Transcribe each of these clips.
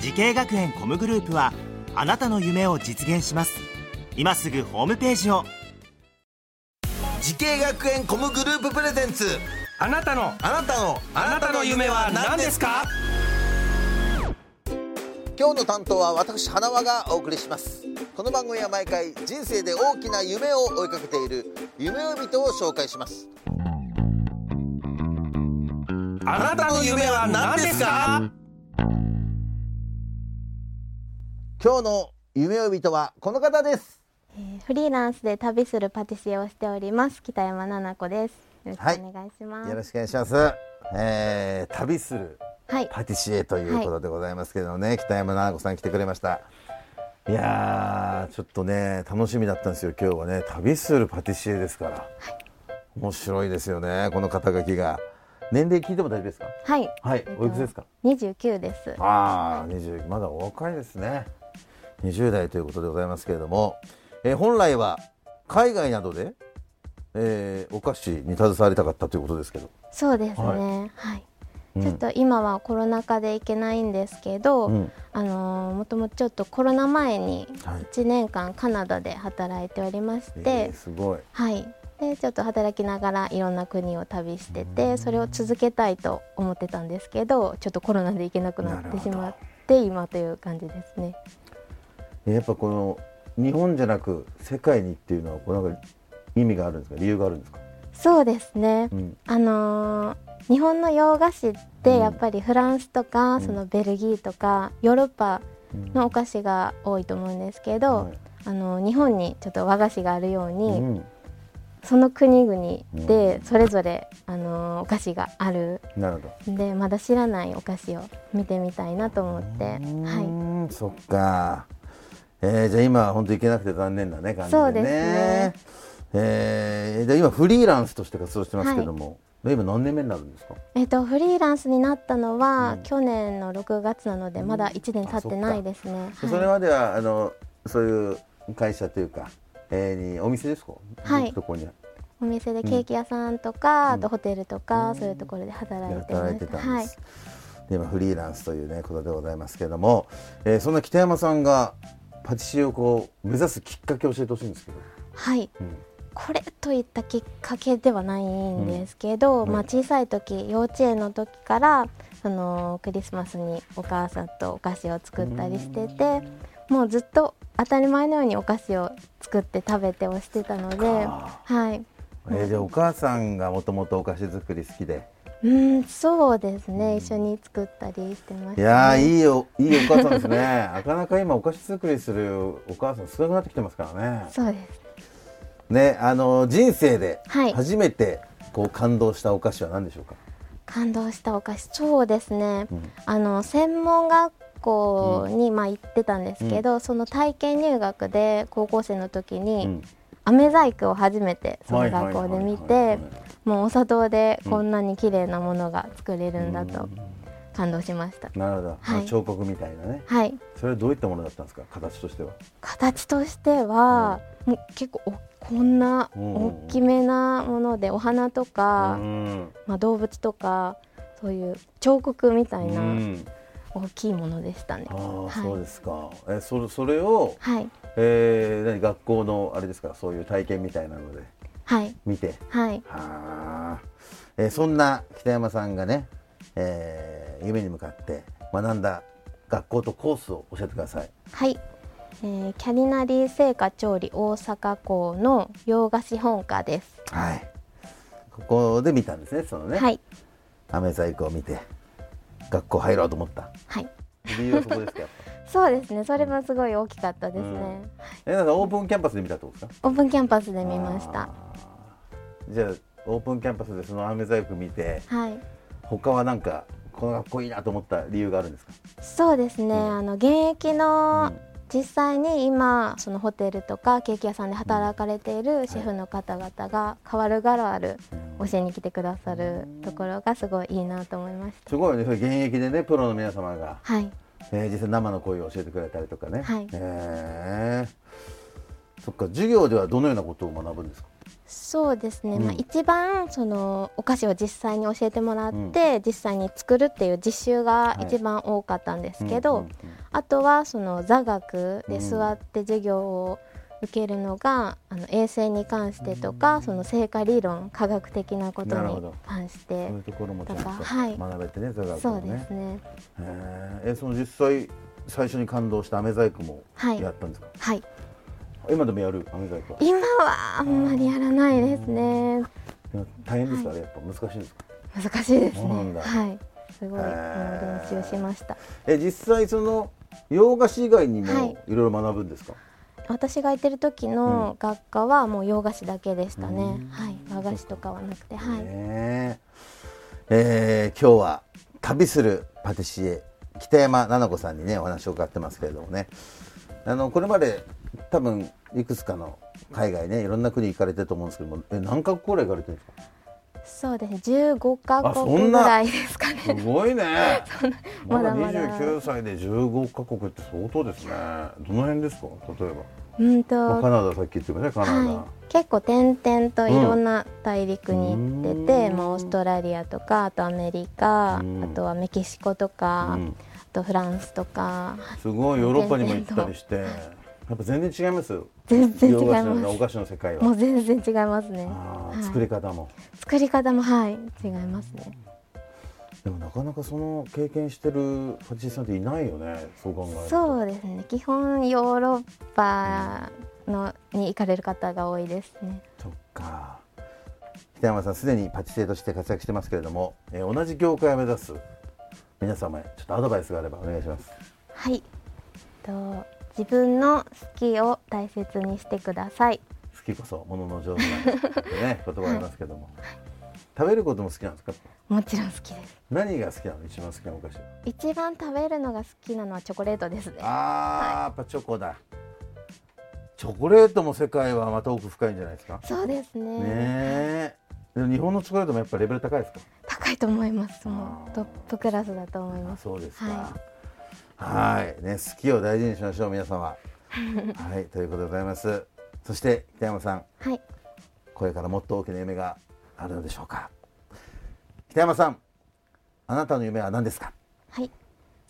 時系学園コムグループはあなたの夢を実現します今すぐホームページを時系学園コムグループプレゼンツあなたのあなたのあなたの夢は何ですか今日の担当は私花輪がお送りしますこの番組は毎回人生で大きな夢を追いかけている夢を人を紹介しますあなたの夢は何ですか今日の夢を人はこの方ですえーフリーランスで旅するパティシエをしております北山奈々子ですよろしくお願いしまよす、はろい、しくお願いします、えー、旅するパティシエということでございますけどね、北山奈々子さん来てくれましたいやーちょっとね楽しみだったんですよ今日はね旅するパティシエですから、面白いですよねこの肩書きが年齢聞いても大丈夫ですかはいはいえっとおいくつですか29ですああ20まだお若いですね20代ということでございますけれども、えー本来は海外などで、えーお菓子に携わりたかったということですけど、そうですねははい、うんちょっと今はコロナ禍で行けないんですけど、うんあのーもともとちょっとコロナ前にはい1年間カナダで働いておりまして、えーすごいはいでちょっと働きながらいろんな国を旅しててそれを続けたいと思ってたんですけどちょっとコロナで行けなくななっるてほしどまって今という感じですねやっぱこの日本じゃなく世界にっていうのはこうなんか意味があるんですか理由があるんですか、そうですねうんあのー日本の洋菓子ってうんやっぱりフランスとか、んそのベルギーとかヨーロッパのお菓子が多いと思うんですけど、はいあのー日本にちょっと和菓子があるよううに、んその国々でそれぞれ、あのーお菓子があるなるほどんでまだ知らないお菓子を見てみたいなと思って、うはーんそっか、えー、じゃあ今は本当行けなくて残念だね感じでねそうですねえー、じゃあ今フリーランスとして活動してますけども、で今何年目になるんですかいえっとフリーランスになったのは、うん去年の6月なのでまだ1年経ってないですね、はいそれまではあのそういう会社というか、えー、にお店ですかはいどこにお店でケーキ屋さんとか、あとホテルとか、そういうところで働いてます働いてたんです、で今フリーランスというねことでございますけども、えー、そんな北山さんがパティシエをこう目指すきっかけを教えてほしいんですけど、はい、はいうんこれといったきっかけではないんですけど、うんまあ、小さい時幼稚園の時からそのクリスマスにお母さんとお菓子を作ったりしてて、もうずっと当たり前のようにお菓子を作って食べてをしてたので、はい、えー、じゃあお母さんがもともとお菓子作り好 きでうんそうですね一緒に作ったりしてました、ね。いやーいいよいいお母さんですね なかなか今お菓子作りするお母さん少なくなってきてますからねそうですねあの人生ではい初めてこう感動したお菓子は何でしょうか、感動したお菓子そうですね、んあの専門学校にまあ行ってたんですけど、その体験入学で高校生の時に、うん飴細工を初めてその学は校いはでいはいはい見はいてもうお砂糖でこんなに綺麗なものが作れるんだと感動しました、なるほど、はい彫刻みたいなねはいそれはどういったものだったんですか形としては形としては、もう結構おこんなうん大きめなものでお花とか、うんまあ、動物とかそういう彫刻みたういなん大きいものでしたね。ああ、はいそうですかえそれそれを、はい、えー、何学校のあれですかそういう体験みたいなのではい、見てはい、はあ、えーそんな北山さんがね、えー夢に向かって学んだ学校とコースを教えてください。はい。えーキャリナリー製菓調理大阪校の洋菓子本科です。はい。ここで見たんですね、そのね、はい、飴細工を見て学校入ろうと思った。はい。理由はそこ ですか。やっぱそうですね。それもすごい大きかったですね。うんえなんかオープンキャンパスで見たってことですか。オープンキャンパスで見ました。あー。じゃあオープンキャンパスでその飴細工見てはい。他はなんかこの学校いいなと思った理由があるんですかそうですね、うんあの現役の実際に今そのホテルとかケーキ屋さんで働かれているシェフの方々が変わるがらある教えに来てくださるところがすごいいいなと思いましたすごいねそれ現役でねプロの皆様が、はいえー実際生の声を教えてくれたりとかね、はいえーそっか授業ではどのようなことを学ぶんですかそうですね、うんまあ、一番そのお菓子を実際に教えてもらって、実際に作るっていう実習はがい一番多かったんですけうど、んうんうんあとはその座学うでん座って授業を受けるのが、あの衛生に関してとか、その成果理論科学的なことなるほにど関してそういうところもちゃんととかはい学べてね、座学そもうですね。ねへーえその実際最初に感動した飴細工もはいやったんですか。はい今でもやる飴細工は。今はあんまりやらないですねでも大変ですか、あれやっぱ難しいんですか。難しいですそうなんねだはいすごいへあーの練習しましたえ実際その洋菓子以外にもはいいろいろ学ぶんですか。私がいてる時の学科はもう洋菓子だけでしたね、うんはい和菓子とかはなくてはい、ねええー今日は旅するパティシエ北山菜々子さんにねお話を伺ってますけれどもねあのこれまで多分いくつかの海外ねいろんな国行かれてると思うんですけどもえ何カ国ぐらい行かれてるんですかそうですね15あカそ国んぐならいですかすねごい ね。ままだだまだ29歳で15カ国って相当ですね。どの辺ですか？例えば、うんまあとカナダさっき言ってもね、カナダ。はい、結構点々といろんな大陸に行ってて、うんまあ、オーストラリアとかあとアメリカ、うんあとはメキシコとか、うんあとフランスとかすごいヨーロッパにも行ったりして、やっぱ全然違います。全然違い洋ます菓子のお菓子の世界もは。う全然違いますね、あはーい、作り方も、作り方もはい違いますねでもなかなかその経験してるパティシエさんっていないよね。そう考えると。そうですね基本ヨーロッパのに行かれる方が多いですねそっか。北山さんすでにパティシエとして活躍してますけれども、えー同じ業界を目指す皆様へちょっとアドバイスがあればお願いします。はいえっと自分の好きを大切にしてください好きこそものの上手なって ね言葉ありますけども、食べることも好きなんですかもちろん好きです何が好きなの一番好きなお菓子一番食べるのが好きなのはチョコレートですねあー、やっぱチョコだチョコレートも世界はまた奥深いんじゃないですかそうですねねえでも日本のチョコレートもやっぱレベル高いですか高いと思いますもあーうトップクラスだと思いあますそうですかははいね好きを大事にしましょう皆 様はいということでございますそして北山さんはいこれからもっと大きな夢があるのでしょうか北山さんあなたの夢は何ですかはい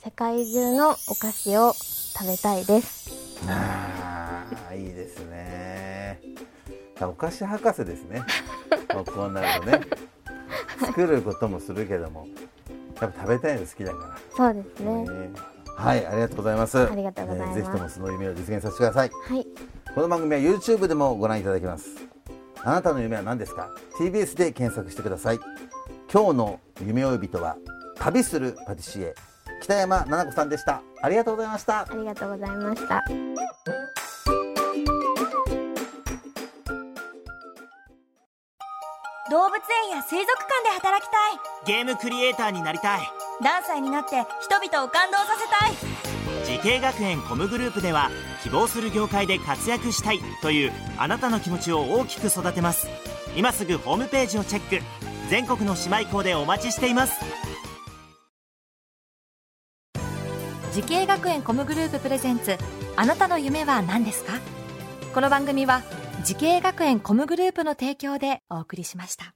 世界中のお菓子を食べたいですあーいいですねお菓子博士ですねもうこうなると ね作ることもするけどもやっぱ食べたいの好きだかそうですら、ねねはいありがとうございますありがとうございますぜひともその夢を実現させてくださいはいこの番組は YouTube でもご覧いただけますあなたの夢は何ですか TBS で検索してください今日の夢追い人は旅するパティシエ北山菜々子さんでしたありがとうございましたありがとうございました動物園や水族館で働きたいゲームクリエイターになりたい何歳になって人々を感動させたい時系学園コムグループでは希望する業界で活躍したいというあなたの気持ちを大きく育てます今すぐホームページをチェック全国の姉妹校でお待ちしています時系学園コムグループプレゼンツあなたの夢は何ですかこの番組は時系学園コムグループの提供でお送りしました